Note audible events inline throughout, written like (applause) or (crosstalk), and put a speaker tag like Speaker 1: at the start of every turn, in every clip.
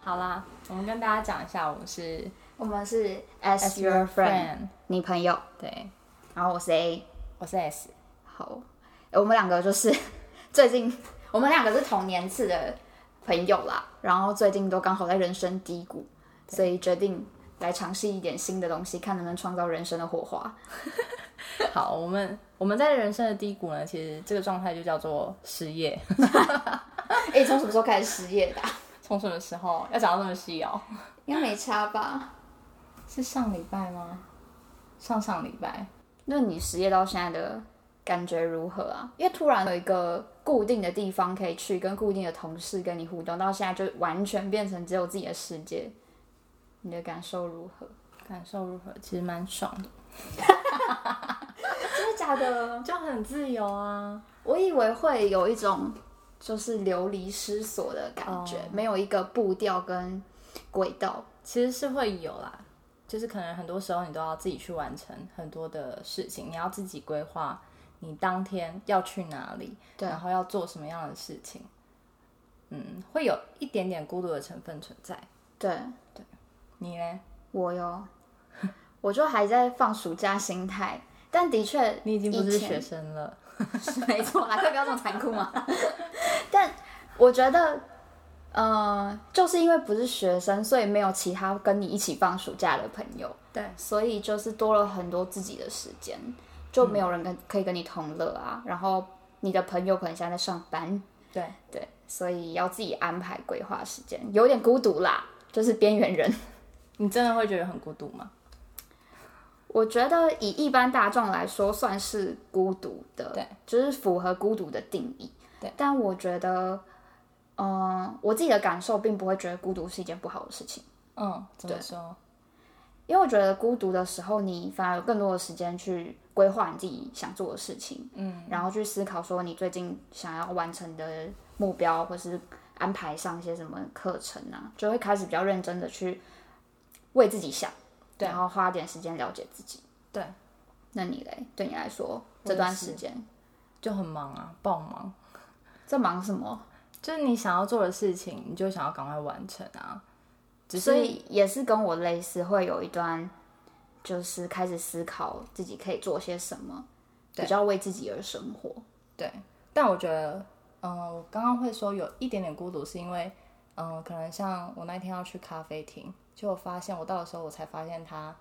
Speaker 1: 好啦，我们跟大家讲一下，我们是
Speaker 2: 我们是 As Your Friend，你朋友，
Speaker 1: 对，
Speaker 2: 然后我是 A。
Speaker 1: 我是 S，
Speaker 2: 好，我们两个就是 (laughs) 最近，我们两个是同年次的朋友啦，然后最近都刚好在人生低谷，所以决定来尝试一点新的东西，看能不能创造人生的火花。
Speaker 1: 好，我们我们在人生的低谷呢，其实这个状态就叫做失业。
Speaker 2: 哎、从什么时候开始失业的啊、
Speaker 1: 从什么时候要讲到那么细哦？
Speaker 2: 应该没差吧？
Speaker 1: 是上礼拜吗？上上礼拜，
Speaker 2: 那你失业到现在的感觉如何啊？因为突然有一个固定的地方可以去，跟固定的同事跟你互动，到现在就完全变成只有自己的世界，你的感受如何？
Speaker 1: 感受如何？其实蛮爽的，
Speaker 2: (laughs) 真的假的？
Speaker 1: 嗯就很自由啊。
Speaker 2: 我以为会有一种就是流离失所的感觉，没有一个步调跟轨道。
Speaker 1: 其实是会有啦，就是可能很多时候你都要自己去完成很多的事情，你要自己规划你当天要去哪里，
Speaker 2: 对
Speaker 1: 然后要做什么样的事情。嗯，会有一点点孤独的成分存在。
Speaker 2: 对
Speaker 1: 你嘞？
Speaker 2: 我 (laughs) 哟，我就还在放暑假心态，但的确
Speaker 1: 你已经不是
Speaker 2: 以前
Speaker 1: 学生了。
Speaker 2: 是 (laughs) 没错啦，可以不要这么残酷嘛。 (laughs) 但我觉得，呃，就是因为不是学生，所以没有其他跟你一起放暑假的朋友，
Speaker 1: 对，
Speaker 2: 所以就是多了很多自己的时间，就没有人跟、可以跟你同乐啊。然后你的朋友可能现在在上班，
Speaker 1: 对
Speaker 2: 对，所以要自己安排规划时间，有点孤独啦，就是边缘人。
Speaker 1: 你真的会觉得很孤独吗？
Speaker 2: 我觉得以一般大众来说，算是孤独的，
Speaker 1: 对，
Speaker 2: 就是符合孤独的定义。
Speaker 1: 对，
Speaker 2: 但我觉得，嗯、我自己的感受并不会觉得孤独是一件不好的事情，
Speaker 1: 嗯，怎么说？
Speaker 2: 因为我觉得孤独的时候，你反而有更多的时间去规划你自己想做的事情，嗯，然后去思考说你最近想要完成的目标，或是安排上一些什么课程啊，就会开始比较认真的去为自己想，
Speaker 1: 对
Speaker 2: 然后花点时间了解自己。
Speaker 1: 对，
Speaker 2: 那你嘞？对你来说，
Speaker 1: 我
Speaker 2: 这段
Speaker 1: 也是
Speaker 2: 时间
Speaker 1: 就很忙啊，爆忙。
Speaker 2: 在忙什么？
Speaker 1: 就是你想要做的事情，你就想要赶快完成啊。只是
Speaker 2: 所以也是跟我类似，会有一段就是开始思考自己可以做些什么，比较为自己而生活。
Speaker 1: 对，但我觉得，嗯、我刚刚会说有一点点孤独，是因为，嗯、可能像我那天要去咖啡厅，就我发现我到的时候，我才发现他，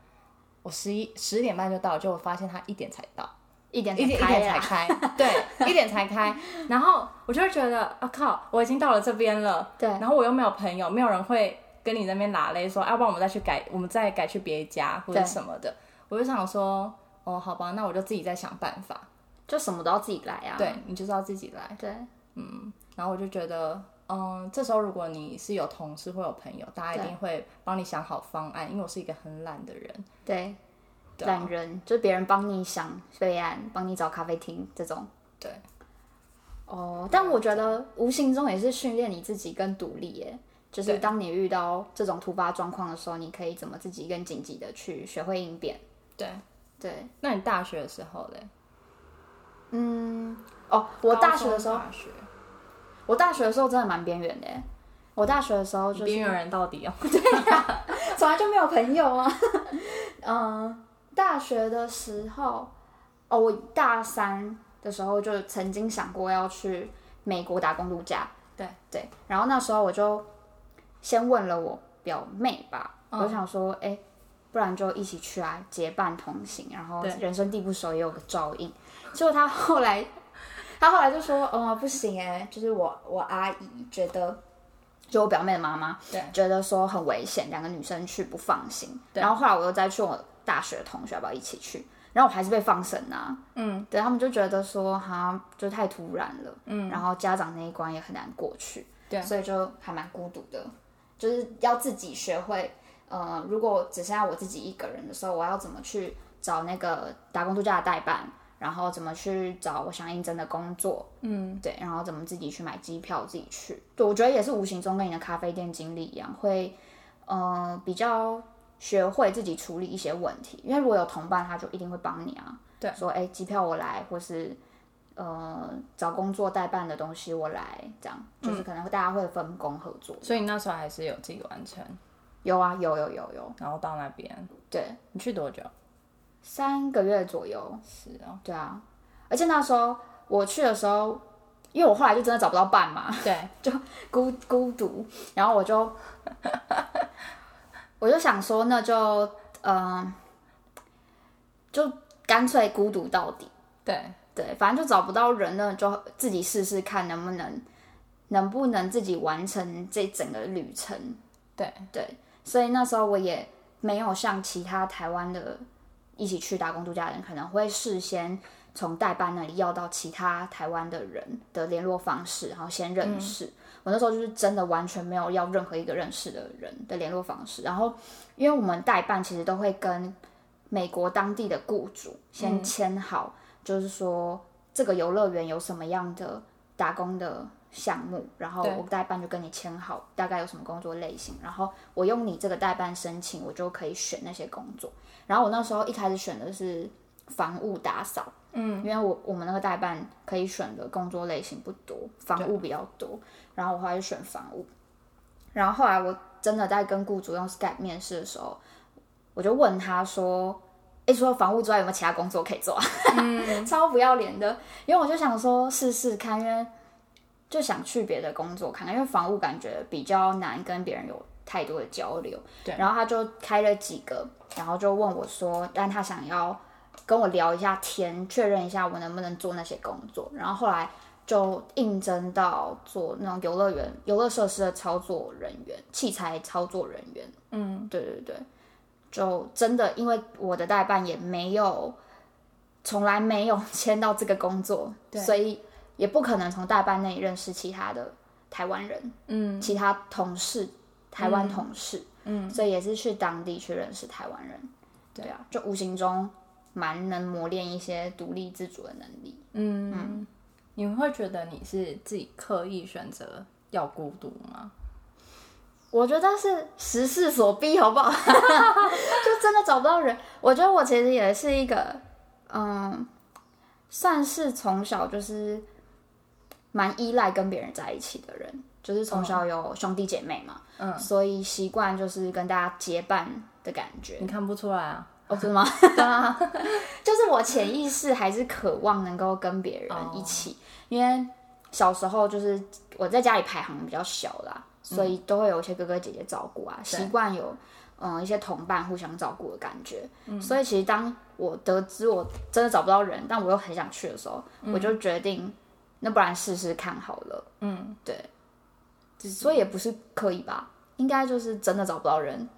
Speaker 1: 我十一十点半就到，就我发现他一点才到，
Speaker 2: 一点
Speaker 1: 一点一
Speaker 2: 开啊
Speaker 1: 点
Speaker 2: 啦
Speaker 1: 才开，对，一点才开，然后我就会觉得，啊靠，我已经到了这边了，
Speaker 2: 对
Speaker 1: 然后我又没有朋友，没有人会跟你那边拉勒说，要、不然我们再去改，我们再改去别家或者
Speaker 2: 对
Speaker 1: 什么的，我就想说，哦，好吧，那我就自己再想办法，
Speaker 2: 就什么都要自己来啊。
Speaker 1: 对你就是要自己来。嗯
Speaker 2: 对
Speaker 1: 然后我就觉得，嗯，这时候如果你是有同事或有朋友，大家一定会帮你想好方案，因为我是一个很懒的人，
Speaker 2: 对，
Speaker 1: 对啊
Speaker 2: 懒人就是别人帮你想备案，帮你找咖啡厅这种。
Speaker 1: 对，
Speaker 2: 哦，但我觉得无形中也是训练你自己跟独立耶。就是当你遇到这种突发状况的时候，你可以怎么自己更紧急的去学会应变。
Speaker 1: 对。
Speaker 2: 对，
Speaker 1: 那你大学的时候嘞？
Speaker 2: 嗯，哦，我大学的时候，
Speaker 1: 高中大学，
Speaker 2: 我大学的时候真的蛮边缘的耶。我大学的时候
Speaker 1: 你
Speaker 2: 就是
Speaker 1: 边缘人到底哦。
Speaker 2: 从来就没有朋友啊。 (laughs) 嗯，大学的时候，哦，我大三的时候就曾经想过要去美国打工度假。
Speaker 1: 对
Speaker 2: (laughs) 对，然后那时候我就先问了我表妹吧，
Speaker 1: 嗯
Speaker 2: 我想说，哎、不然就一起去啊，结伴同行，然后
Speaker 1: 对
Speaker 2: 人生地不熟也有个照应。结果她后来，她后来就说，哦、不行哎、就是我我阿姨觉得，就我表妹的妈妈，
Speaker 1: 对，
Speaker 2: 觉得说很危险，两个女生去不放心。
Speaker 1: 对
Speaker 2: 然后后来我又再去我大学同学要不要一起去，然后我还是被放生啊。
Speaker 1: 嗯，
Speaker 2: 对他们就觉得说哈，就太突然了。嗯，然后家长那一关也很难过去。
Speaker 1: 对
Speaker 2: 所以就还蛮孤独的，就是要自己学会。呃，如果只剩下我自己一个人的时候，我要怎么去找那个打工度假的代办？然后怎么去找我想应征的工作？
Speaker 1: 嗯，
Speaker 2: 对，然后怎么自己去买机票，自己去。对，我觉得也是无形中跟你的咖啡店经历一样，会呃比较学会自己处理一些问题。因为如果有同伴，他就一定会帮你啊。
Speaker 1: 对，
Speaker 2: 说哎，机票我来，或是呃找工作代办的东西我来，这样
Speaker 1: 嗯
Speaker 2: 就是可能大家会分工合作。
Speaker 1: 所以你那时候还是有自己完成，
Speaker 2: 有啊，有有有有，
Speaker 1: 然后到那边，
Speaker 2: 对，
Speaker 1: 你去
Speaker 2: (laughs)
Speaker 1: 多久？
Speaker 2: 三个月左右，
Speaker 1: 是啊，
Speaker 2: 对啊，而且那时候我去的时候，因为我后来就真的找不到伴嘛，
Speaker 1: 对，
Speaker 2: 孤孤独，然后我就 (laughs) 我就想说，那就嗯、呃就干脆孤独到底。
Speaker 1: 对，
Speaker 2: 对，反正就找不到人那就自己试试看能不能能不能自己完成这整个旅程。
Speaker 1: 对，
Speaker 2: 对，所以那时候我也没有像其他台湾的一起去打工度假的人，可能会事先从代办那里要到其他台湾的人的联络方式，然后先认识。我那时候就是真的完全没有要任何一个认识的人的联络方式，然后因为我们代办其实都会跟美国当地的雇主先签好，就是说这个游乐园有什么样的打工的项目，然后
Speaker 1: 对
Speaker 2: 我代办就跟你签好大概有什么工作类型，然后我用你这个代办申请，我就可以选那些工作。然后我那时候一开始选的是房屋打扫，嗯，因为我我们那个代办可以选的工作类型不多，房务比较多，然后我后来就选房务。然后后来我真的在跟雇主用 Skype 面试的时候，我就问他说：“诶，除了房务之外，有没有其他工作可以做啊？”超不要脸的，因为我就想说试试看，因为就想去别的工作看看，因为房务感觉比较难跟别人有太多的交流。
Speaker 1: 对
Speaker 2: 然后他就开了几个，然后就问我说，但他想要跟我聊一下天，确认一下我能不能做那些工作。然后后来就应征到做那种游乐园、游乐设施的操作人员、器材操作人员。嗯，对对对，就真的因为我的代办也没有，从来没有签到这个工作，
Speaker 1: 对
Speaker 2: 所以也不可能从代办那里认识其他的台湾人、
Speaker 1: 嗯，
Speaker 2: 其他同事、台湾同事。嗯，所以也是去当地去认识台湾人。对啊，就无形中蛮能磨练一些独立自主的能力。
Speaker 1: 嗯
Speaker 2: 嗯
Speaker 1: 你会觉得你是自己刻意选择要孤独吗？
Speaker 2: 我觉得是时势所逼，好不好？ (laughs) 就真的找不到人。我觉得我其实也是一个，嗯，算是从小就是蛮依赖跟别人在一起的人，就是从小有兄弟姐妹嘛，嗯，所以习惯就是跟大家结伴的感觉。
Speaker 1: 你看不出来啊，
Speaker 2: 哦，真的 (laughs) 吗？就是我潜意识还是渴望能够跟别人一起，因为小时候就是我在家里排行比较小啦，所以都会有一些哥哥姐姐照顾啊，习惯有嗯一些同伴互相照顾的感觉。所以其实当我得知我真的找不到人，但我又很想去的时候，我就决定那不然试试看好了。嗯，对，所以也不是刻意吧，应该就是真的找不到人，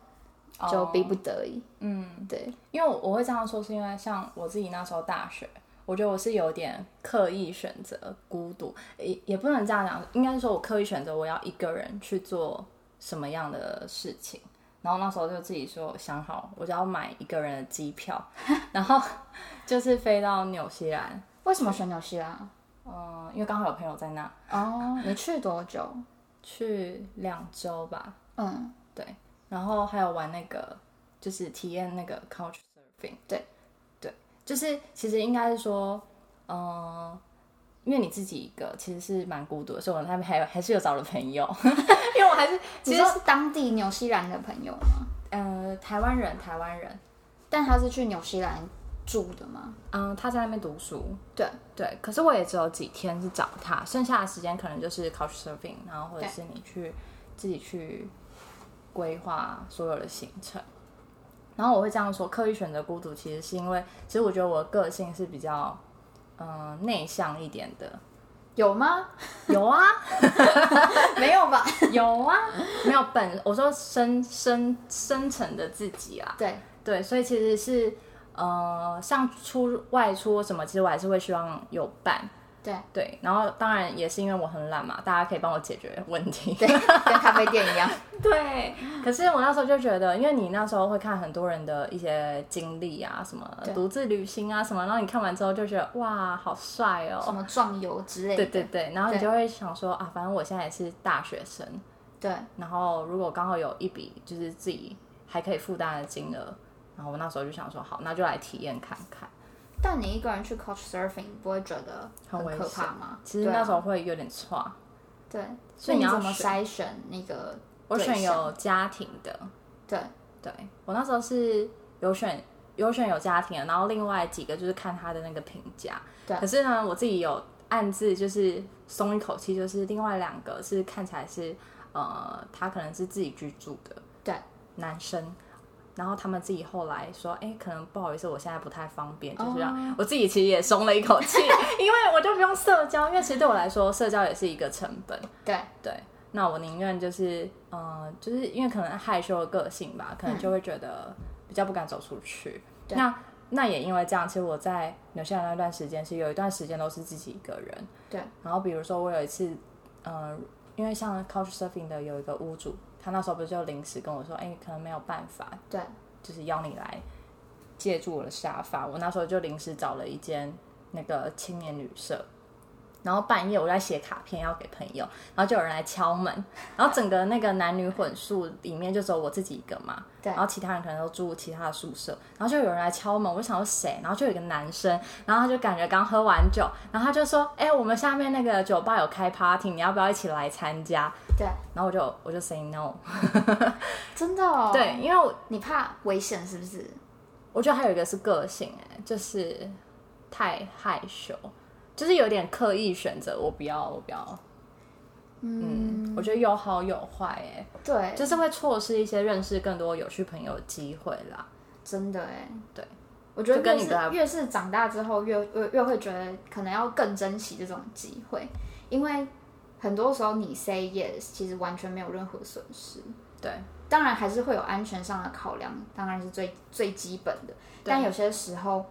Speaker 2: 就逼不得已。哦嗯，对。
Speaker 1: 因为我会这样说，是因为像我自己那时候大学，我觉得我是有点刻意选择孤独，也也不能这样讲，应该是说我刻意选择我要一个人去做什么样的事情。然后那时候就自己说想好，我就要买一个人的机票， (laughs) 然后就是飞到纽西兰，
Speaker 2: 为什么选纽西兰？啊
Speaker 1: 嗯，因为刚好有朋友在那，
Speaker 2: 哦，你去多久？
Speaker 1: 去两周吧，
Speaker 2: 嗯，
Speaker 1: 对，然后还有玩那个，就是体验那个 couch surfing，
Speaker 2: 对，
Speaker 1: 对，就是其实应该是说，嗯、因为你自己一个其实是蛮孤独的，所以我那边还有还是有找了朋友， (laughs) 因为我还是
Speaker 2: 其
Speaker 1: 其
Speaker 2: 实
Speaker 1: 实
Speaker 2: 是当地纽西兰的朋友吗？
Speaker 1: 呃台湾人，台湾人，
Speaker 2: 但他是去纽西兰住的吗？
Speaker 1: 嗯、他在那边读书，
Speaker 2: 对，
Speaker 1: 对，可是我也只有几天是找他，剩下的时间可能就是 couch surfing，然后或者
Speaker 2: 对
Speaker 1: 是你去自己去规划所有的行程。然后我会这样说，刻意选择孤独，其实是因为，其实我觉得我的个性是比较，嗯、内向一点的。
Speaker 2: 有吗？
Speaker 1: (laughs) 有啊，
Speaker 2: 没有吧？
Speaker 1: 有啊，没有本，我说深深深层的自己啊，
Speaker 2: 对，
Speaker 1: 对，所以其实是，呃，像出外出什么，其实我还是会希望有伴，
Speaker 2: 对，
Speaker 1: 对，然后当然也是因为我很懒嘛，大家可以帮我解决问
Speaker 2: (laughs)
Speaker 1: 题。
Speaker 2: 对，跟咖啡店一样。
Speaker 1: (laughs) 对，可是我那时候就觉得，因为你那时候会看很多人的一些经历啊，什么
Speaker 2: 对
Speaker 1: 独自旅行啊什么，然后你看完之后就觉得哇，好帅
Speaker 2: 什
Speaker 1: 哦。
Speaker 2: 么壮游之类的。
Speaker 1: 对对对，然后你
Speaker 2: 对
Speaker 1: 就会想说啊，反正我现在也是大学生，
Speaker 2: 对
Speaker 1: 然后如果刚好有一笔就是自己还可以负担的金额，然后我那时候就想说，好，那就来体验看看。
Speaker 2: 但你一个人去 Couch Surfing，不会觉得
Speaker 1: 很危
Speaker 2: 可
Speaker 1: 险
Speaker 2: 怕吗？
Speaker 1: 其实
Speaker 2: 对啊
Speaker 1: 那时候会有点差。
Speaker 2: 对，
Speaker 1: 所以你
Speaker 2: 那
Speaker 1: 要
Speaker 2: 怎么
Speaker 1: 选
Speaker 2: 筛选那个
Speaker 1: 我
Speaker 2: 对
Speaker 1: 选
Speaker 2: 象
Speaker 1: 有家庭的，
Speaker 2: 对
Speaker 1: 对我那时候是有选有选有家庭的，然后另外几个就是看他的那个评价。
Speaker 2: 对啊
Speaker 1: 可是呢，我自己有暗自就是松一口气，就是另外两个是看起来是呃，他可能是自己居住的
Speaker 2: 对
Speaker 1: 男生。然后他们自己后来说，哎，可能不好意思，我现在不太方便，就是让、
Speaker 2: 哦
Speaker 1: 我自己其实也松了一口气， (laughs) 因为我就不用社交，因为其实对我来说，社交也是一个成本。
Speaker 2: 对
Speaker 1: 对，那我宁愿就是，呃，就是因为可能害羞的个性吧，可能就会觉得比较不敢走出去。
Speaker 2: 对
Speaker 1: 那那也因为这样，其实我在纽西兰那段时间是有一段时间都是自己一个人。
Speaker 2: 对，
Speaker 1: 然后比如说我有一次，呃，因为像 Couch Surfing 的有一个屋主，他那时候不是就临时跟我说，哎、可能没有办法，
Speaker 2: 对
Speaker 1: 就是邀你来借住我的沙发。我那时候就临时找了一间那个青年旅社，然后半夜我在写卡片要给朋友，然后就有人来敲门，然后整个那个男女混宿里面就只有我自己一个嘛，
Speaker 2: 对
Speaker 1: 然后其他人可能都住其他的宿舍，然后就有人来敲门，我就想说谁，然后就有一个男生，然后他就感觉刚喝完酒，然后他就说，哎、我们下面那个酒吧有开 party，你要不要一起来参加？
Speaker 2: 对，
Speaker 1: 然后我就我就 say no，、
Speaker 2: 真的哦。
Speaker 1: 对，，因为我
Speaker 2: 你怕危险是不是？
Speaker 1: 我觉得还有一个是个性、哎，就是太害羞，就是有点刻意选择我不要，我不要。嗯，我觉得有好有坏、
Speaker 2: 对
Speaker 1: 哎，，就是会错失一些认识更多有趣朋友的机会啦。
Speaker 2: 真的哎。
Speaker 1: 对，
Speaker 2: 我觉得
Speaker 1: 就跟
Speaker 2: 越
Speaker 1: 你的啊
Speaker 2: 是越是长大之后，越越越会觉得可能要更珍惜这种机会，因为很多时候你 say yes，其实完全没有任何损失。
Speaker 1: 对，
Speaker 2: 当然还是会有安全上的考量，当然是最最基本的。但有些时候，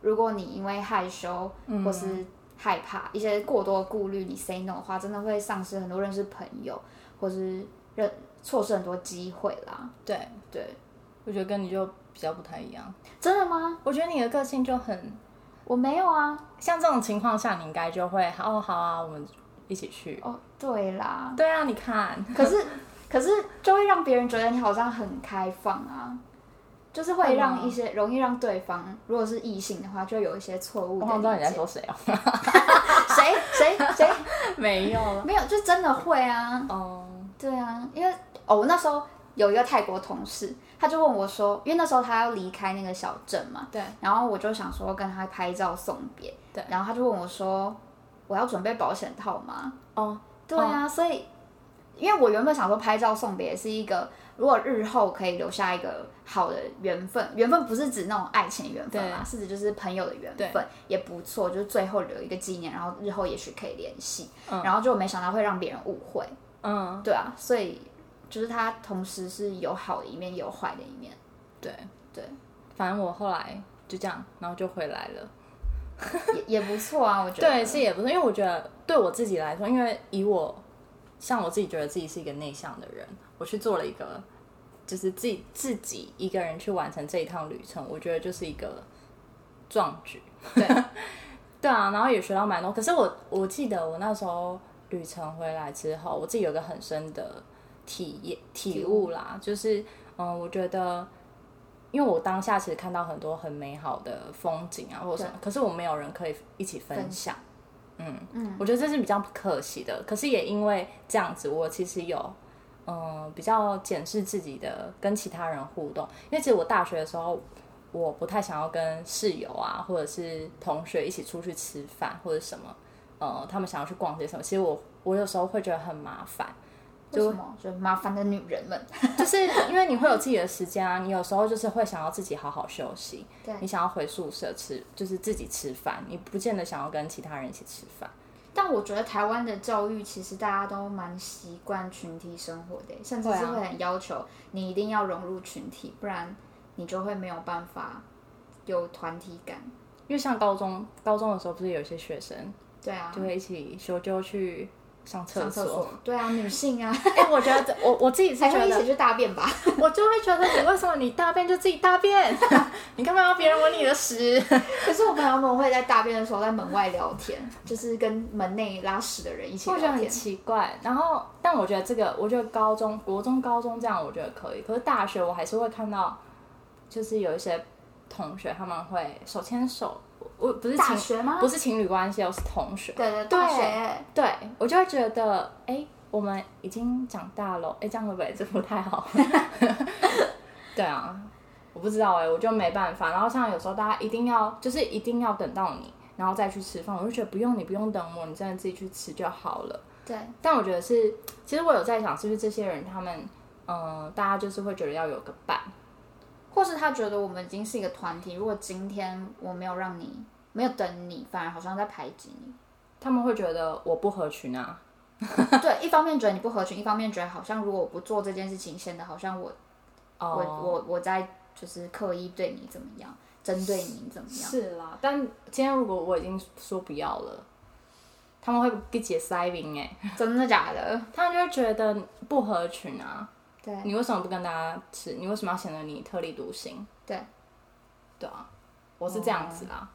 Speaker 2: 如果你因为害羞
Speaker 1: 嗯
Speaker 2: 或是害怕、一些过多的顾虑，你 say no 的话，真的会丧失很多认识朋友，或是认错失很多机会啦。
Speaker 1: 对，
Speaker 2: 对，
Speaker 1: 我觉得跟你就比较不太一样。
Speaker 2: 真的吗？
Speaker 1: 我觉得你的个性就很
Speaker 2: 我没有啊。
Speaker 1: 像这种情况下，你应该就会哦，好啊，我们一起去。
Speaker 2: 哦，对啦，
Speaker 1: 对啊，你看，
Speaker 2: 可是 (laughs) 可是就会让别人觉得你好像很开放啊。就是会
Speaker 1: 会吗
Speaker 2: 让一些容易让对方，如果是异性的话，就有一些错误
Speaker 1: 我
Speaker 2: 的
Speaker 1: 好像知道你
Speaker 2: 理
Speaker 1: 在
Speaker 2: 解。
Speaker 1: 说谁哦，
Speaker 2: 谁谁谁
Speaker 1: (laughs) 没有了。
Speaker 2: 没有，就真的会啊。
Speaker 1: 哦，
Speaker 2: 对啊，因为哦，我那时候有一个泰国同事，他就问我说，因为那时候他要离开那个小镇嘛，
Speaker 1: 对
Speaker 2: 然后我就想说跟他拍照送别，
Speaker 1: 对，
Speaker 2: 然后他就问我说，我要准备保险套吗？
Speaker 1: 哦，
Speaker 2: 对啊，所以因为我原本想说拍照送别是一个，如果日后可以留下一个好的缘分，缘分不是指那种爱情的缘分啊，是指就是朋友的缘分，也不错，就是最后留一个纪念，然后日后也许可以联系，然后就没想到会让别人误会。
Speaker 1: 嗯，
Speaker 2: 对啊，所以就是它同时是有好的一面，也有坏的一面。
Speaker 1: 对。
Speaker 2: 对，
Speaker 1: 反正我后来就这样，然后就回来了。
Speaker 2: 也也不错啊，我觉
Speaker 1: (laughs)
Speaker 2: 得。
Speaker 1: 对，是也不是，因为我觉得对我自己来说，因为以我像我自己觉得自己是一个内向的人，我去做了一个就是自己自己一个人去完成这一趟旅程，我觉得就是一个壮举。
Speaker 2: 对
Speaker 1: (laughs) 对啊，然后也学到蛮多。可是我我记得我那时候旅程回来之后，我自己有个很深的体验体悟啦，就是嗯，我觉得。因为我当下其实看到很多很美好的风景啊，或者什么，可是我没有人可以一起分
Speaker 2: 分
Speaker 1: 享。嗯嗯，我觉得这是比较可惜的。可是也因为这样子，我其实有嗯比较检视自己的跟其他人互动，因为其实我大学的时候，我不太想要跟室友啊或者是同学一起出去吃饭或者什么，呃，他们想要去逛街什么，其实我我有时候会觉得很麻烦。
Speaker 2: 为什么？就麻烦的女人们。
Speaker 1: (laughs) 就是因为你会有自己的时间啊，你有时候就是会想要自己好好休息，
Speaker 2: 对
Speaker 1: 你想要回宿舍吃，就是自己吃饭，你不见得想要跟其他人一起吃饭。
Speaker 2: 但我觉得台湾的教育其实大家都蛮习惯群体生活的，甚至是
Speaker 1: 会啊
Speaker 2: 会很要求你一定要融入群体，不然你就会没有办法有团体感。
Speaker 1: 因为像高中高中的时候，不是有一些学生
Speaker 2: 对啊，
Speaker 1: 就会一起休就去上厕
Speaker 2: 上厕所。对啊，女性 (laughs) 啊，
Speaker 1: (laughs) 哎、我觉得这我我自己是
Speaker 2: 才
Speaker 1: 觉
Speaker 2: 会一 (laughs)
Speaker 1: 得，
Speaker 2: 起去大便吧？
Speaker 1: 我就会觉得你为什么你大便就自己大便， (laughs) 你干嘛要别人闻你的屎？
Speaker 2: 可是我朋友们会在大便的时候在门外聊天， (laughs) 就是跟门内拉屎的人一起
Speaker 1: 我觉得
Speaker 2: 聊
Speaker 1: 很
Speaker 2: 天。
Speaker 1: 奇怪。然后，但我觉得这个，我觉得高中、国中、高中这样我觉得可以，可是大学我还是会看到，就是有一些同学他们会手牵手，我不是
Speaker 3: 大
Speaker 1: 情
Speaker 3: 学吗？
Speaker 1: 不是情侣关系，我是同学。
Speaker 3: 对对，大学
Speaker 1: 对我就会觉得，哎、我们已经长大了，哎、这样会不会这不太好？ (laughs) 对啊，我不知道哎、我就没办法。然后像有时候大家一定要，就是一定要等到你，然后再去吃饭，我就觉得不用你不用等我，你真的自己去吃就好了。
Speaker 3: 对，
Speaker 1: 但我觉得是，其实我有在想，是不是这些人他们，嗯、大家就是会觉得要有个伴，
Speaker 2: 或是他觉得我们已经是一个团体，如果今天我没有让你，没有等你，反而好像在排挤你。
Speaker 1: 他们会觉得我不合群啊。
Speaker 2: (laughs) 对，一方面觉得你不合群，一方面觉得好像如果我不做这件事情，显得好像我、
Speaker 1: 哦
Speaker 2: 我我我在就是刻意对你怎么样，针对你怎么样。
Speaker 1: 是啦，但今天如果我已经说不要了，他们会给解塞宾哎，
Speaker 2: 真的假的？
Speaker 1: 他们就会觉得不合群啊。
Speaker 2: 对
Speaker 1: 你为什么不跟大家吃？你为什么要显得你特立独行？
Speaker 2: 对，哦
Speaker 1: 对啊，我是这样子啦。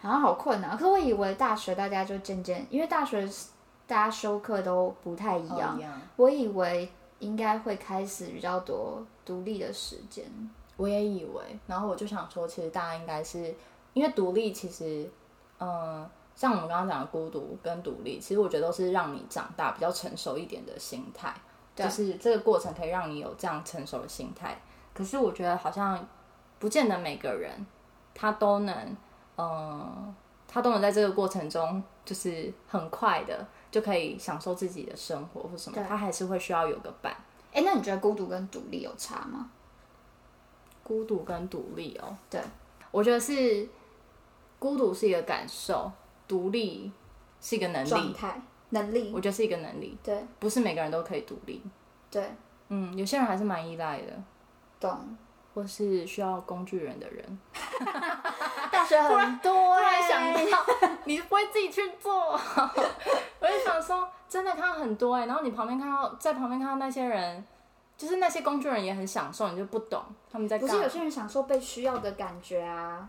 Speaker 2: 好像好困难。啊可是我以为大学大家就渐渐，因为大学大家修课都不太一样，
Speaker 1: 一样，
Speaker 2: 我以为应该会开始比较多独立的时间。
Speaker 1: 我也以为。然后我就想说，其实大家应该是因为独立，其实，嗯，像我们刚刚讲的孤独跟独立，其实我觉得都是让你长大比较成熟一点的心态。
Speaker 2: 对
Speaker 1: 就是这个过程可以让你有这样成熟的心态。可是我觉得好像不见得每个人他都能，嗯、他都能在这个过程中，就是很快的就可以享受自己的生活或什么
Speaker 2: 对，
Speaker 1: 他还是会需要有个伴。
Speaker 2: 哎、那你觉得孤独跟独立有差吗？
Speaker 1: 孤独跟独立哦，
Speaker 2: 对，
Speaker 1: 我觉得是孤独是一个感受，独立是一个能
Speaker 3: 状
Speaker 1: 力，
Speaker 3: 态能力，
Speaker 1: 我觉得是一个能力，
Speaker 3: 对
Speaker 1: 不是每个人都可以独立。
Speaker 3: 对，
Speaker 1: 嗯，有些人还是蛮依赖的，
Speaker 2: 懂。
Speaker 1: 或是需要工具人的人。啊
Speaker 3: 大学很多
Speaker 1: 突然
Speaker 3: 哎，
Speaker 1: 想到， (laughs) 你不会自己去做。 (laughs) 我就想说，真的看到很多哎、然后你旁边看到，在旁边看到那些人，就是那些工具人也很享受，你就不懂他们在
Speaker 2: 不
Speaker 1: 干
Speaker 2: 是有
Speaker 1: 嘛。
Speaker 2: 些人享受被需要的感觉啊，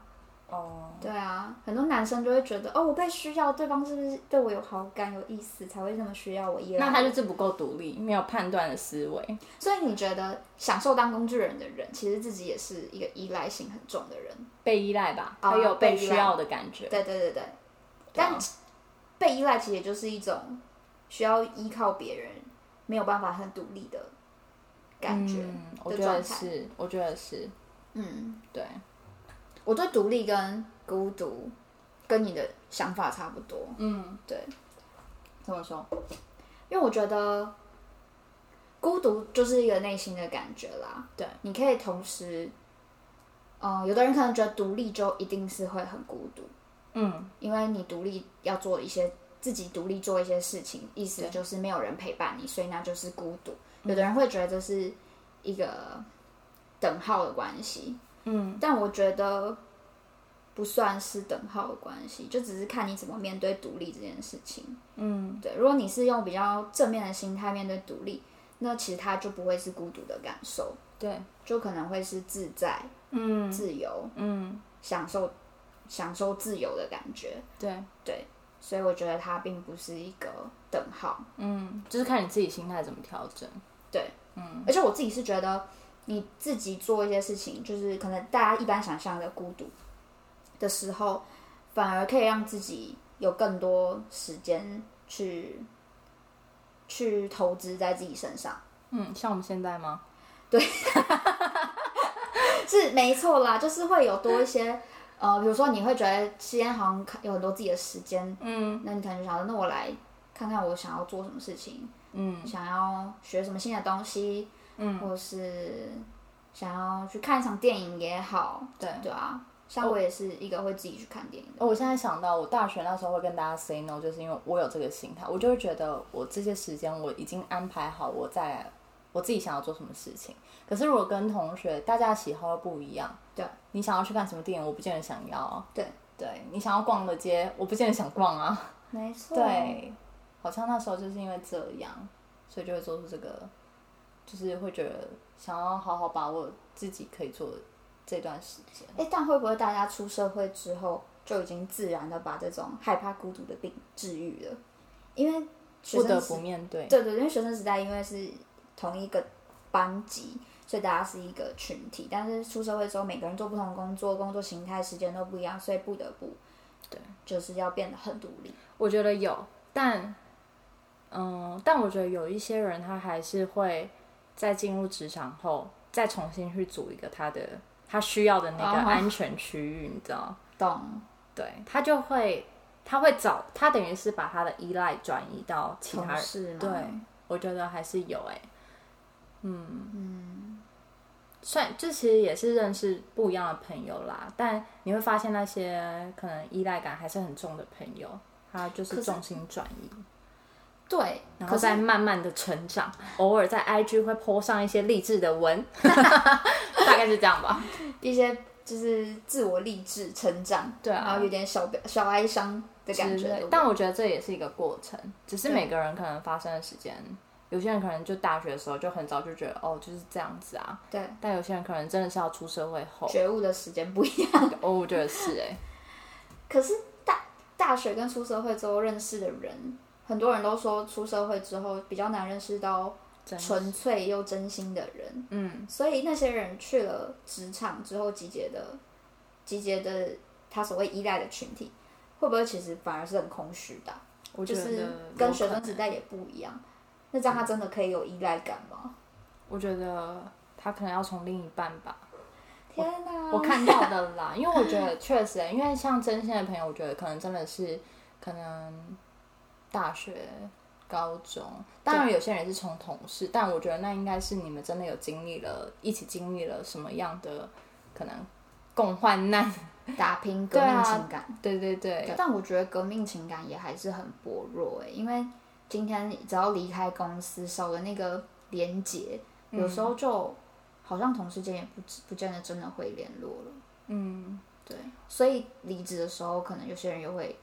Speaker 1: 哦，
Speaker 2: 对啊，很多男生就会觉得哦，我被需要，对方是不是对我有好感、有意思，才会那么需要我依赖。
Speaker 1: 那他就是不够独立，没有判断的思维。
Speaker 2: 所以你觉得享受当工具人的人，其实自己也是一个依赖性很重的人。
Speaker 1: 被依赖吧，
Speaker 2: 哦
Speaker 1: 还有啊被
Speaker 2: 被依
Speaker 1: 需
Speaker 2: 赖
Speaker 1: 要的感觉。
Speaker 2: 对对对对，
Speaker 1: 对啊
Speaker 2: 但被依赖其实也就是一种需要依靠别人，没有办法很独立的感觉。
Speaker 1: 嗯，我
Speaker 2: 的
Speaker 1: 觉得
Speaker 2: 状态
Speaker 1: 是，我觉得是，
Speaker 2: 嗯，
Speaker 1: 对，
Speaker 2: 我对独立跟孤独跟你的想法差不多。
Speaker 1: 嗯，
Speaker 2: 对，
Speaker 1: 怎么说？
Speaker 2: 因为我觉得孤独就是一个内心的感觉啦。
Speaker 1: 对，
Speaker 2: 你可以同时，呃，有的人可能觉得独立就一定是会很孤独，
Speaker 1: 嗯，
Speaker 2: 因为你独立要做一些自己独立做一些事情，意思就是没有人陪伴你，所以那就是孤独。
Speaker 1: 嗯
Speaker 2: 有的人会觉得这是一个等号的关系，嗯，但我觉得不算是等号的关系，就只是看你怎么面对独立这件事情。嗯，对，如果你是用比较正面的心态面对独立，那其实它就不会是孤独的感受，
Speaker 1: 对，
Speaker 2: 就可能会是自在、
Speaker 1: 嗯
Speaker 2: 自由、
Speaker 1: 嗯，
Speaker 2: 享受、享受自由的感觉。
Speaker 1: 对，
Speaker 2: 对，所以我觉得它并不是一个等号。
Speaker 1: 嗯，就是看你自己心态怎么调整。嗯
Speaker 2: 而且我自己是觉得，你自己做一些事情，就是可能大家一般想象的孤独的时候，反而可以让自己有更多时间去去投资在自己身上。
Speaker 1: 嗯，像我们现在吗？
Speaker 2: (laughs) 是没错啦，就是会有多一些。呃，比如说你会觉得今天好像有很多自己的时间，
Speaker 1: 嗯
Speaker 2: 那你可能就想说，那我来看看我想要做什么事情，
Speaker 1: 嗯
Speaker 2: 想要学什么新的东西，
Speaker 1: 嗯，
Speaker 2: 或是想要去看一场电影也好，
Speaker 1: 对。
Speaker 2: 对啊，像我也是一个会自己去看电影的，
Speaker 1: 哦我现在想到，我大学那时候会跟大家 say no，就是因为我有这个心态，我就会觉得我这些时间我已经安排好，我在我自己想要做什么事情。可是如果跟同学，大家喜好又不一样，
Speaker 2: 对，
Speaker 1: 你想要去看什么电影，我不见得想要啊。
Speaker 2: 对
Speaker 1: 对，你想要逛的街，我不见得想逛啊。
Speaker 2: 没错，
Speaker 1: 对，好像那时候就是因为这样，所以就会做出这个，就是会觉得想要好好把握自己可以做的这段时间。
Speaker 2: 哎、但会不会大家出社会之后就已经自然的把这种害怕孤独的病治愈了？因为学
Speaker 1: 不得
Speaker 2: 生时
Speaker 1: 不面对，
Speaker 2: 对对，因为学生时代因为是同一个班级，所以大家是一个群体。但是出社会之后，每个人做不同的工作，工作形态、时间都不一样，所以不得不，对，就是要变得很独立。
Speaker 1: 我觉得有，但嗯，但我觉得有一些人他还是会在进入职场后，再重新去组一个他的他需要的那个
Speaker 2: 哦
Speaker 1: 安全区域，你知道吗？
Speaker 2: 懂？
Speaker 1: 对他就会，他会找他等于是把他的依赖转移到哦其他
Speaker 2: 同
Speaker 1: 人。
Speaker 2: 事吗？
Speaker 1: 对，我觉得还是有哎、嗯嗯，算这其实也是认识不一样的朋友啦，但你会发现那些可能依赖感还是很重的朋友，他就是重心转移，
Speaker 2: 对，
Speaker 1: 然后
Speaker 2: 可是
Speaker 1: 再慢慢的成
Speaker 2: (laughs)
Speaker 1: 长，偶尔在 IG 会 po 上一些励志的文，大概是这样吧。
Speaker 2: 一些就是自我励志、成长，
Speaker 1: 对啊
Speaker 2: 然后有点小悲小哀伤的感
Speaker 1: 之
Speaker 2: 觉
Speaker 1: 类。但我觉得这也是一个过程，只是每个人可能发生的时间，有些人可能就大学的时候就很早就觉得哦就是这样子啊，
Speaker 2: 对，
Speaker 1: 但有些人可能真的是要出社会后，
Speaker 2: 觉悟的时间不一样。
Speaker 1: (laughs) 哦，我觉得是哎、
Speaker 2: 可是大大学跟出社会之后认识的人，很多人都说出社会之后比较难认识到
Speaker 1: 真的
Speaker 2: 纯粹又真心的人，
Speaker 1: 嗯，
Speaker 2: 所以那些人去了职场之后集结的集结的他所谓依赖的群体，会不会其实反而是很空虚的啊、
Speaker 1: 我觉
Speaker 2: 就
Speaker 1: 得
Speaker 2: 是
Speaker 1: 有
Speaker 2: 跟学
Speaker 1: 可
Speaker 2: 生
Speaker 1: 能
Speaker 2: 时代也不一样。那这样他真的可以有依赖感吗？
Speaker 1: 我觉得他可能要从另一半吧，
Speaker 2: 天哪！
Speaker 1: 我看到的啦， (laughs) 因为我觉得确实欸、因为像真心的朋友，我觉得可能真的是可能大学、高中，当然有些人是从同事，但我觉得那应该是你们真的有经历了，一起经历了什么样的可能共患难， (laughs)
Speaker 2: 打拼革
Speaker 1: 对
Speaker 2: 命
Speaker 1: 啊
Speaker 2: 情感，
Speaker 1: 对对对，
Speaker 2: 但我觉得革命情感也还是很薄弱诶、因为今天只要离开公司，少了那个连结，有时候
Speaker 1: 嗯
Speaker 2: 就好像同事间也不知不见得真的会联络了。
Speaker 1: 嗯，
Speaker 2: 对，所以离职的时候，可能有些人又会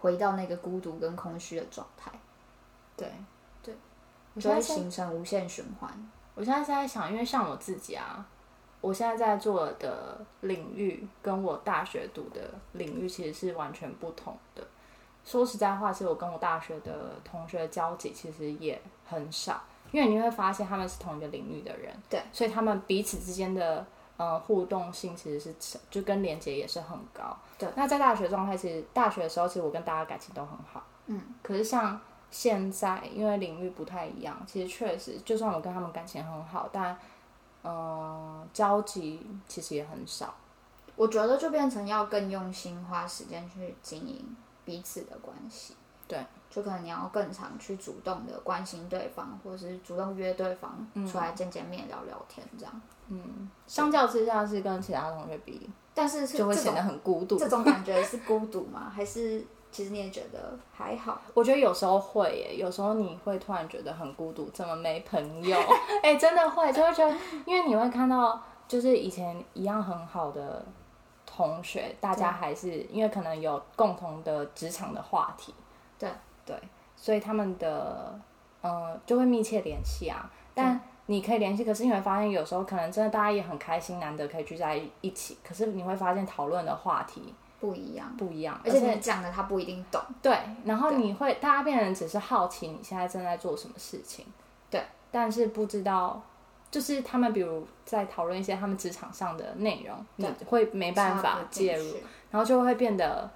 Speaker 2: 回到那个孤独跟空虚的状态，
Speaker 1: 对
Speaker 2: 对，
Speaker 1: 我
Speaker 2: 就
Speaker 1: 现在
Speaker 2: 会
Speaker 1: 是
Speaker 2: 形成无限循环。
Speaker 1: 我现在是在想，因为像我自己啊，我现在在做的领域跟我大学读的领域其实是完全不同的。说实在话，其实我跟我大学的同学交集其实也很少，因为你会发现他们是同一个领域的人，
Speaker 2: 对，
Speaker 1: 所以他们彼此之间的呃互动性其实是就跟连接也是很高。
Speaker 2: 对，
Speaker 1: 那在大学状态，其实大学的时候，其实我跟大家感情都很好，嗯，可是像现在因为领域不太一样，其实确实，就算我跟他们感情很好，但呃，交集其实也很少。
Speaker 2: 我觉得就变成要更用心花时间去经营彼此的关系。
Speaker 1: 对，
Speaker 2: 就可能你要更常去主动的关心对方，或是主动约对方
Speaker 1: 嗯
Speaker 2: 出来见见面、聊聊天这样。
Speaker 1: 相较之下，是跟其他同学比，
Speaker 2: 但是是
Speaker 1: 就会
Speaker 2: 这
Speaker 1: 显得
Speaker 2: 种
Speaker 1: 很孤独。
Speaker 2: 这种感觉是孤独吗？ (laughs) 还是其实你也觉得还好？
Speaker 1: 我觉得有时候会耶，有时候你会突然觉得很孤独，怎么没朋友？ (laughs) 哎、真的会，就会觉得，因为你会看到，就是以前一样很好的同学，大家还是因为可能有共同的职场的话题，
Speaker 2: 对
Speaker 1: 对，所以他们的呃就会密切联系啊。但你可以联系，可是你会发现有时候可能真的大家也很开心，难得可以聚在一起，可是你会发现讨论的话题
Speaker 2: 不一样，
Speaker 1: 不一样，
Speaker 2: 而且你讲的他不一定懂。
Speaker 1: 对，然后你会大家变成只是好奇你现在正在做什么事情，
Speaker 2: 对，
Speaker 1: 但是不知道，就是他们比如在讨论一些他们职场上的内容，你
Speaker 2: 对
Speaker 1: 会没办
Speaker 2: 插
Speaker 1: 法
Speaker 2: 不进
Speaker 1: 介入
Speaker 2: 去，，
Speaker 1: 然后就会变得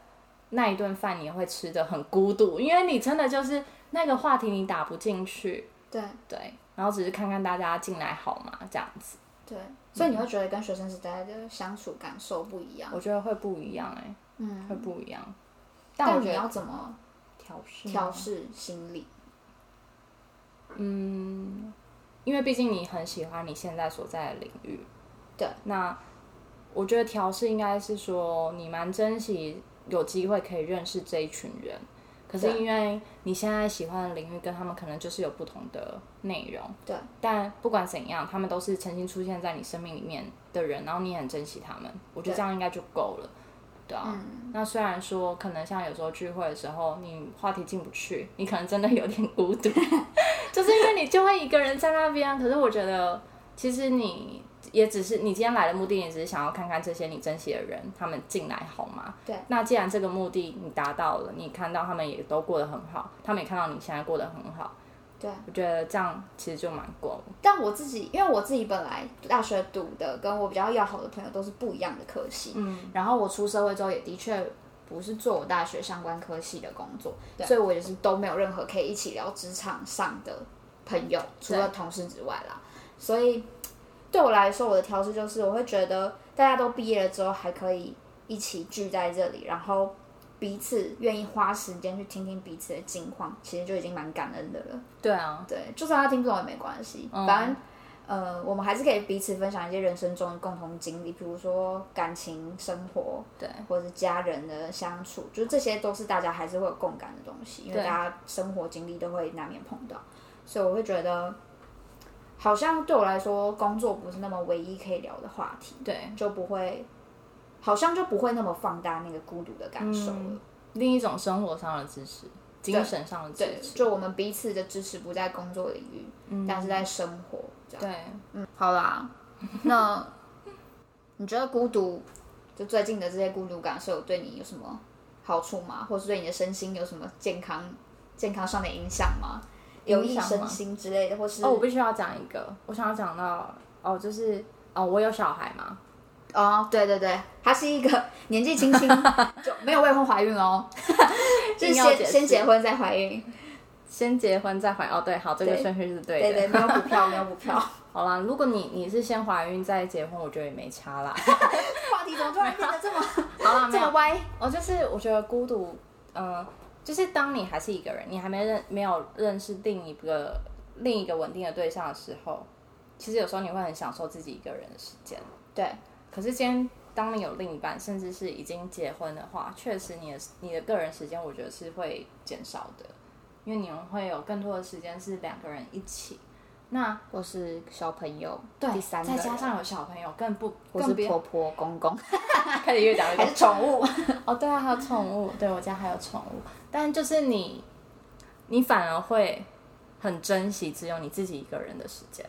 Speaker 1: 那一顿饭你也会吃的很孤独，因为你真的就是那个话题你打不进去，
Speaker 2: 对
Speaker 1: 对，然后只是看看大家进来好吗这样子，
Speaker 2: 对，
Speaker 1: 嗯
Speaker 2: 所以你会觉得跟学生时代的相处感受不一样。
Speaker 1: 我觉得会不一样哎、
Speaker 2: 嗯，
Speaker 1: 会不一样，但我
Speaker 2: 但
Speaker 1: 觉
Speaker 2: 你
Speaker 1: 得
Speaker 2: 要怎么
Speaker 1: 调试吗
Speaker 2: 调试心理？
Speaker 1: 因为毕竟你很喜欢你现在所在的领域。
Speaker 2: 对，
Speaker 1: 那我觉得调试应该是说你蛮珍惜有机会可以认识这一群人，可是因为你现在喜欢的领域跟他们可能就是有不同的内容。
Speaker 2: 对，
Speaker 1: 但不管怎样，他们都是曾经出现在你生命里面的人，然后你也很珍惜他们，我觉得这样应该就够了。对啊，
Speaker 2: 嗯
Speaker 1: 那虽然说可能像有时候聚会的时候，你话题进不去，你可能真的有点孤独， (laughs) 就是因为你就会一个人在那边。可是我觉得，其实你也只是你今天来的目的，也只是想要看看这些你珍惜的人，他们进来好吗？
Speaker 2: 对。
Speaker 1: 那既然这个目的你达到了，你看到他们也都过得很好，他们也看到你现在过得很好，
Speaker 2: 对，
Speaker 1: 我觉得这样其实就蛮够了。
Speaker 2: 但我自己，因为我自己本来大学读的跟我比较要好的朋友都是不一样的科系，嗯，然后我出社会之后也的确不是做我大学相关科系的工作，所以我也是都没有任何可以一起聊职场上的朋友，除了同事之外啦。所以对我来说，我的调试就是我会觉得大家都毕业了之后还可以一起聚在这里，然后彼此愿意花时间去听听彼此的近况，其实就已经蛮感恩的了。
Speaker 1: 对啊，
Speaker 2: 对，就算他听不懂也没关系，
Speaker 1: 嗯
Speaker 2: 反正呃，我们还是可以彼此分享一些人生中的共同经历，比如说感情、生活，
Speaker 1: 对，
Speaker 2: 或者是家人的相处，就是这些都是大家还是会有共感的东西，因为
Speaker 1: 对
Speaker 2: 大家生活经历都会难免碰到，所以我会觉得，好像对我来说，工作不是那么唯一可以聊的话题，
Speaker 1: 对。
Speaker 2: 就不会，好像就不会那么放大那个孤独的感受了。
Speaker 1: 另一种生活上的支持，精神上的
Speaker 2: 对
Speaker 1: 支，持，
Speaker 2: 就我们彼此的支持不在工作领域，但是在生活这样。
Speaker 1: 对，
Speaker 2: 好啦，那你觉得孤独，就最近的这些孤独感受，对你有什么好处吗？或是对你的身心有什么健康健康上的影响吗？有益
Speaker 1: 影响吗
Speaker 2: 身心之类的，或是
Speaker 1: 哦，我必须要讲一个，我想要讲到哦，就是哦，我有小孩嘛，
Speaker 2: 哦，对对对，她是一个年纪
Speaker 1: (laughs)
Speaker 2: 轻轻就没有未婚怀孕哦，就是
Speaker 1: 硬要
Speaker 2: 先
Speaker 1: 解释
Speaker 2: 先结婚再怀孕，
Speaker 1: 先结婚再怀哦，对，好，这个顺序是对的。
Speaker 2: 对
Speaker 1: (laughs)
Speaker 2: 对，没有补票，没有补票。
Speaker 1: 好啦，如果你你是先怀孕再结婚，我觉得也没差啦。
Speaker 2: 话题怎么突然变得这么
Speaker 1: 好啦，没
Speaker 2: 这
Speaker 1: 有
Speaker 2: 么歪？
Speaker 1: 哦，就是我觉得孤独，嗯、就是当你还是一个人，你还没认没有认识另一个另一个稳定的对象的时候，其实有时候你会很享受自己一个人的时间。
Speaker 2: 对，
Speaker 1: 可是今天当你有另一半，甚至是已经结婚的话，确实你的你的个人时间，我觉得是会减少的，因为你们会有更多的时间是两个人一起。那
Speaker 2: 或是小朋友，
Speaker 1: 对，
Speaker 2: 第三个
Speaker 1: 再加
Speaker 2: 人
Speaker 1: 上有小朋友，更不
Speaker 2: 或是
Speaker 1: 更别
Speaker 2: 婆婆公公，
Speaker 1: 开始越讲越多
Speaker 2: 还是宠物，
Speaker 1: 哦，对啊，还有宠物，对我家还有宠物，但就是你，你反而会很珍惜只有你自己一个人的时间。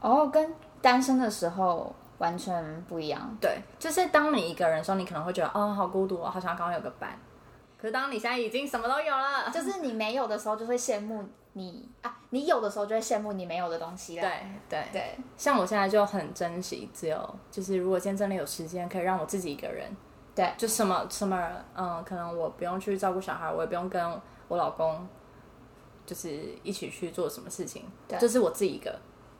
Speaker 2: 哦，跟单身的时候完全不一样。
Speaker 1: 对，就是当你一个人的时候，你可能会觉得哦，好孤独哦，好想刚刚有个伴。可是当你现在已经什么都有
Speaker 2: (laughs)
Speaker 1: 了，
Speaker 2: 就是你没有的时候，就会羡慕你啊；你有的时候，就会羡慕你没有的东西啦。
Speaker 1: 对对对，
Speaker 2: 对
Speaker 1: 像我现在就很珍惜，只有就是如果今天真的有时间，可以让我自己一个人，
Speaker 2: 对
Speaker 1: 就什么什么，嗯，可能我不用去照顾小孩，我也不用跟我老公，就是一起去做什么事情，
Speaker 2: 对
Speaker 1: 就是我自己一个，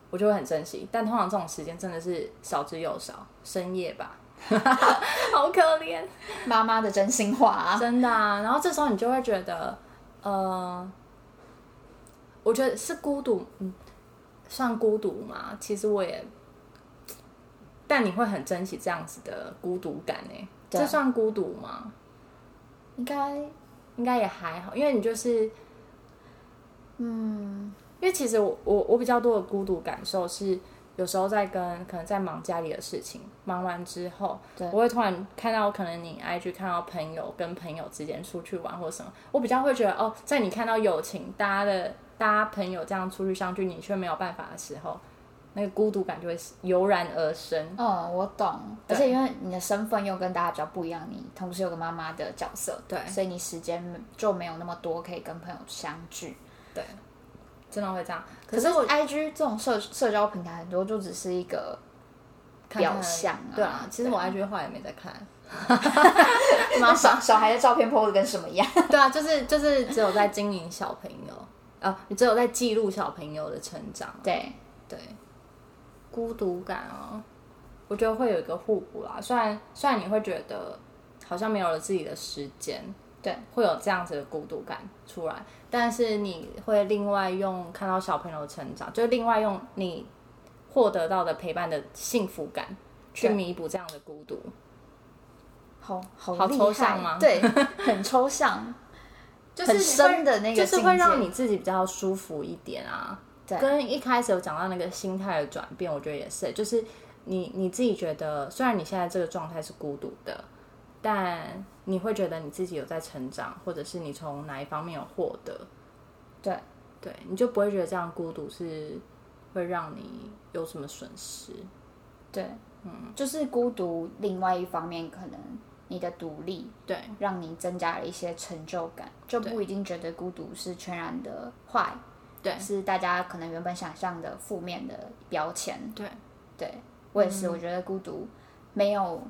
Speaker 1: 我就会很珍惜。但通常这种时间真的是少之又少，深夜吧， (laughs) 好可怜，
Speaker 2: 妈妈的真心话啊，
Speaker 1: 真的、啊。然后这时候你就会觉得，呃，我觉得是孤独，嗯，算孤独嘛？其实我也，但你会很珍惜这样子的孤独感诶、
Speaker 2: 对
Speaker 1: 这算孤独吗？
Speaker 2: 应该
Speaker 1: 应该也还好，因为你就是，嗯，因为其实我我我比较多的孤独感受是，有时候在跟可能在忙家里的事情，忙完之后，
Speaker 2: 对
Speaker 1: 我会突然看到可能你 IG 看到朋友跟朋友之间出去玩或什么，我比较会觉得哦，在你看到友情，大家的大家朋友这样出去相聚，你却没有办法的时候，那个孤独感就会油然而生。
Speaker 2: 嗯，我懂。而
Speaker 1: 对
Speaker 2: 且因为你的身份又跟大家比较不一样，你同时有个妈妈的角色，
Speaker 1: 对
Speaker 2: 所以你时间就没有那么多可以跟朋友相聚。
Speaker 1: 对，真的会这样。
Speaker 2: 可是 I G 这种社社交平台很多就只是一 (laughs) 个
Speaker 1: 看看
Speaker 2: 表象啊
Speaker 1: 对啊，其实我
Speaker 2: 对
Speaker 1: IG 后来也没在看。
Speaker 2: 跟小小孩的照片 PO 的跟什么一样。
Speaker 1: (laughs) 对啊，就是就是只有在经营小朋友啊，你只有在记录小朋友的成长。
Speaker 2: 对，
Speaker 1: 对，孤独感哦，我觉得会有一个互补啦。虽然虽然你会觉得好像没有了自己的时间，
Speaker 2: 对，
Speaker 1: 会有这样子的孤独感出来，但是你会另外用看到小朋友的成长，就另外用你获得到的陪伴的幸福感去
Speaker 2: 对
Speaker 1: 弥补这样的孤独。
Speaker 2: 好好
Speaker 1: 好
Speaker 2: 厉
Speaker 1: 抽
Speaker 2: 害
Speaker 1: 象吗
Speaker 2: 对，很抽象，
Speaker 1: (laughs) 就是
Speaker 2: 很深的那个
Speaker 1: 就是
Speaker 2: 境
Speaker 1: 会
Speaker 2: 界
Speaker 1: 让你自己比较舒服一点啊。
Speaker 2: 对
Speaker 1: 跟一开始有讲到那个心态的转变，我觉得也是，就是你你自己觉得，虽然你现在这个状态是孤独的，但你会觉得你自己有在成长，或者是你从哪一方面有获得，
Speaker 2: 对，
Speaker 1: 对，你就不会觉得这样孤独是会让你有什么损失。
Speaker 2: 对，嗯，就是孤独。另外一方面，可能你的独立
Speaker 1: 对，
Speaker 2: 让你增加了一些成就感，就不一定觉得孤独是全然的坏，对，是大家可能原本想象的负面的标签。
Speaker 1: 对，嗯
Speaker 2: 对我也是，我觉得孤独没有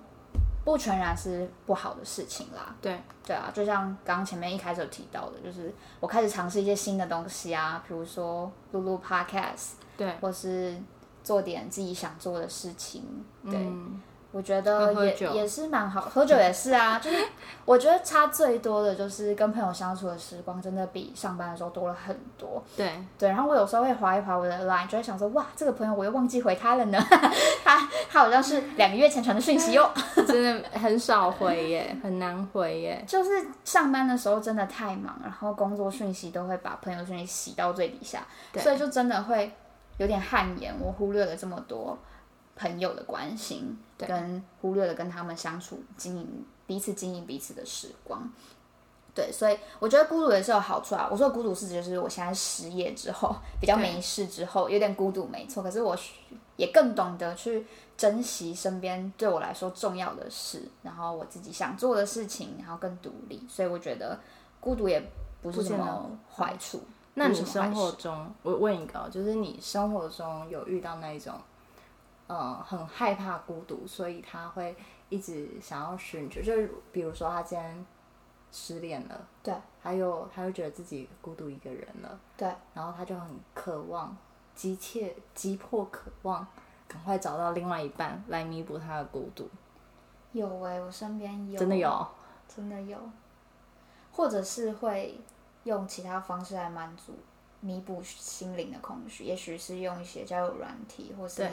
Speaker 2: 不全然是不好的事情啦。
Speaker 1: 对，
Speaker 2: 对啊，就像刚刚前面一开始有提到的，就是我开始尝试一些新的东西啊，比如说录录 podcast，
Speaker 1: 对，
Speaker 2: 或是做点自己想做的事情。对，
Speaker 1: 嗯
Speaker 2: 我觉得
Speaker 1: 喝喝
Speaker 2: 也
Speaker 1: 酒
Speaker 2: 也是蛮好，喝酒也是啊， (laughs) 就是我觉得差最多的就是跟朋友相处的时光，真的比上班的时候多了很多。
Speaker 1: 对，
Speaker 2: (laughs) 对，然后我有时候会划一划我的 line，就会想说，哇，这个朋友我又忘记回他了呢， (laughs) 他他好像是两个月前传的讯息
Speaker 1: (laughs)
Speaker 2: 哟。
Speaker 1: 真的很少回耶，很难回耶。
Speaker 2: 就是上班的时候真的太忙，然后工作讯息都会把朋友圈息洗到最底下，
Speaker 1: 对
Speaker 2: 所以就真的会有点汗颜。我忽略了这么多朋友的关心，
Speaker 1: 对
Speaker 2: 跟忽略了跟他们相处、经营彼此、经营彼此的时光。对，所以我觉得孤独也是有好处啊。我说的孤独是指就是我现在失业之后比较没事之后有点孤独，没错。可是我也更懂得去珍惜身边对我来说重要的事，然后我自己想做的事情，然后更独立。所以我觉得孤独也不是
Speaker 1: 不
Speaker 2: 什
Speaker 1: 见得
Speaker 2: 么坏处。
Speaker 1: 那
Speaker 2: 不
Speaker 1: 你
Speaker 2: 是什么
Speaker 1: 生
Speaker 2: 坏
Speaker 1: 活
Speaker 2: 事
Speaker 1: 中，我问一个哦，就是你生活中有遇到那一种，呃，很害怕孤独，所以他会一直想要寻求，就是比如说他今天失恋了，
Speaker 2: 对，
Speaker 1: 还有他就觉得自己孤独一个人了，
Speaker 2: 对，
Speaker 1: 然后他就很渴望，急切、急迫渴望，赶快找到另外一半来弥补他的孤独，
Speaker 2: 有哎、我身边有，
Speaker 1: 真的有，
Speaker 2: 真的有，或者是会用其他方式来满足、弥补心灵的空虚，也许是用一些交友软体，或是
Speaker 1: 对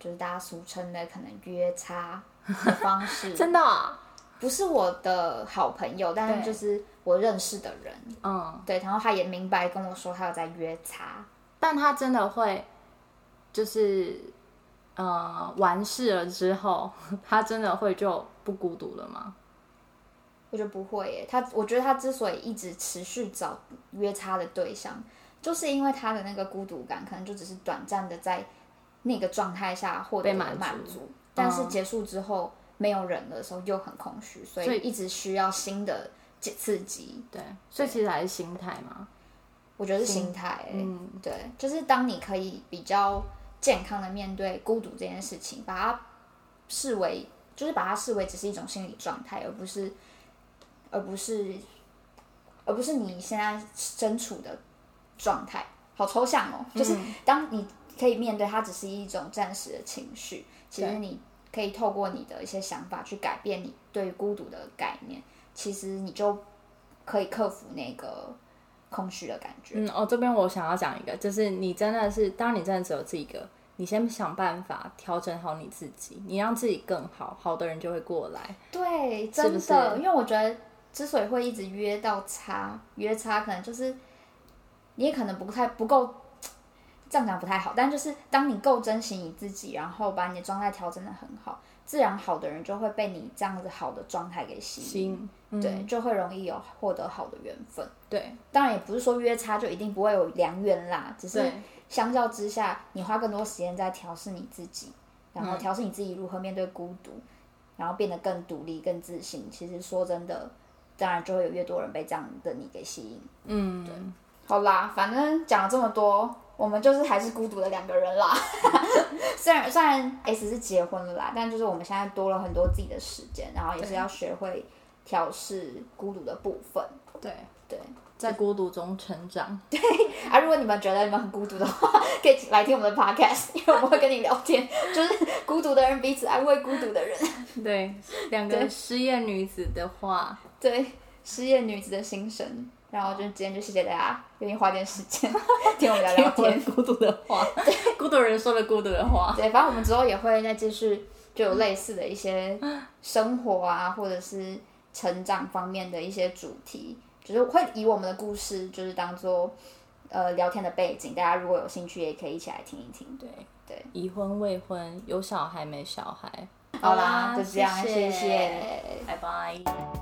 Speaker 2: 就是大家俗称的可能约叉的
Speaker 1: (laughs)
Speaker 2: 方式。
Speaker 1: 的哦、
Speaker 2: 不是我的好朋友，但是
Speaker 1: 对
Speaker 2: 就是我认识的人，
Speaker 1: 嗯。
Speaker 2: 对，然后他也明白跟我说他有在约叉，
Speaker 1: 但他真的会，就是呃，完事了之后，他真的会就不孤独了吗？
Speaker 2: 我觉得不会耶，他我觉得他之所以一直持续找约他的对象，就是因为他的那个孤独感，可能就只是短暂的在那个状态下获得
Speaker 1: 被
Speaker 2: 了
Speaker 1: 满足嗯
Speaker 2: 满足，但是结束之后没有人的时候又很空虚，所
Speaker 1: 所
Speaker 2: 以
Speaker 1: 以
Speaker 2: 一直需要新的刺刺激。
Speaker 1: 对，所以其实还是心态嘛。
Speaker 2: 我觉得是心态、欸，
Speaker 1: 嗯，
Speaker 2: 对，就是当你可以比较健康的面对孤独这件事情，把它视为就是把它视为只是一种心理状态，而不是而不是而不是你现在身处的状态。好抽象哦，就是当你可以面对它，只是一种暂时的情绪，其实
Speaker 1: 对
Speaker 2: 你可以透过你的一些想法去改变你对于孤独的概念，其实你就可以克服那个空虚的感觉。
Speaker 1: 嗯，哦，这边我想要讲一个，就是你真的是，当你真的只有自己一个，你先想办法调整好你自己，你让自己更好，好的人就会过来。
Speaker 2: 对，真的，
Speaker 1: 是不是
Speaker 2: 因为我觉得之所以会一直约到差，约差可能就是你也可能不太不够，这样讲不太好，但就是当你够珍惜你自己，然后把你的状态调整的很好，自然好的人就会被你这样子好的状态给吸引，
Speaker 1: 心，嗯、
Speaker 2: 对，就会容易有获得好的缘分。
Speaker 1: 对
Speaker 2: 当然也不是说约差就一定不会有良缘啦，只是
Speaker 1: 对
Speaker 2: 相较之下，你花更多时间在调试你自己，然后
Speaker 1: 嗯
Speaker 2: 调试你自己如何面对孤独，然后变得更独立、更自信。其实说真的，当然就会有越多人被这样的你给吸引。
Speaker 1: 嗯，
Speaker 2: 好啦，反正讲了这么多，我们就是还是孤独的两个人啦。 (laughs) 虽然虽然 S 是结婚了啦，但就是我们现在多了很多自己的时间，然后也是
Speaker 1: 对
Speaker 2: 要学会调试孤独的部分。
Speaker 1: 对，
Speaker 2: 对，
Speaker 1: 在孤独中成长。
Speaker 2: 啊，如果你们觉得你们很孤独的话，可以来听我们的 podcast，因 (laughs) 为我们会跟你聊天，就是孤独的人彼此安慰孤独的人。
Speaker 1: 对，两个失业女子的话，
Speaker 2: (laughs) 对，失业女子的心声。然后就今天就谢谢大家，愿意花点时间 (laughs) 听我们聊聊
Speaker 1: 听我
Speaker 2: 天
Speaker 1: 们。 (laughs) 孤独的话， (laughs) 孤独人说的孤独的话。
Speaker 2: 对，反正我们之后也会再继续就有类似的一些生活啊，或者是成长方面的一些主题，就是会以我们的故事就是当做呃聊天的背景，大家如果有兴趣也可以一起来听一听。
Speaker 1: 对
Speaker 2: 对，
Speaker 1: 已婚未婚，有小孩没小孩。
Speaker 2: 好啦，就
Speaker 1: 就
Speaker 2: 啊这样，谢
Speaker 1: 谢
Speaker 2: 谢
Speaker 1: 拜拜。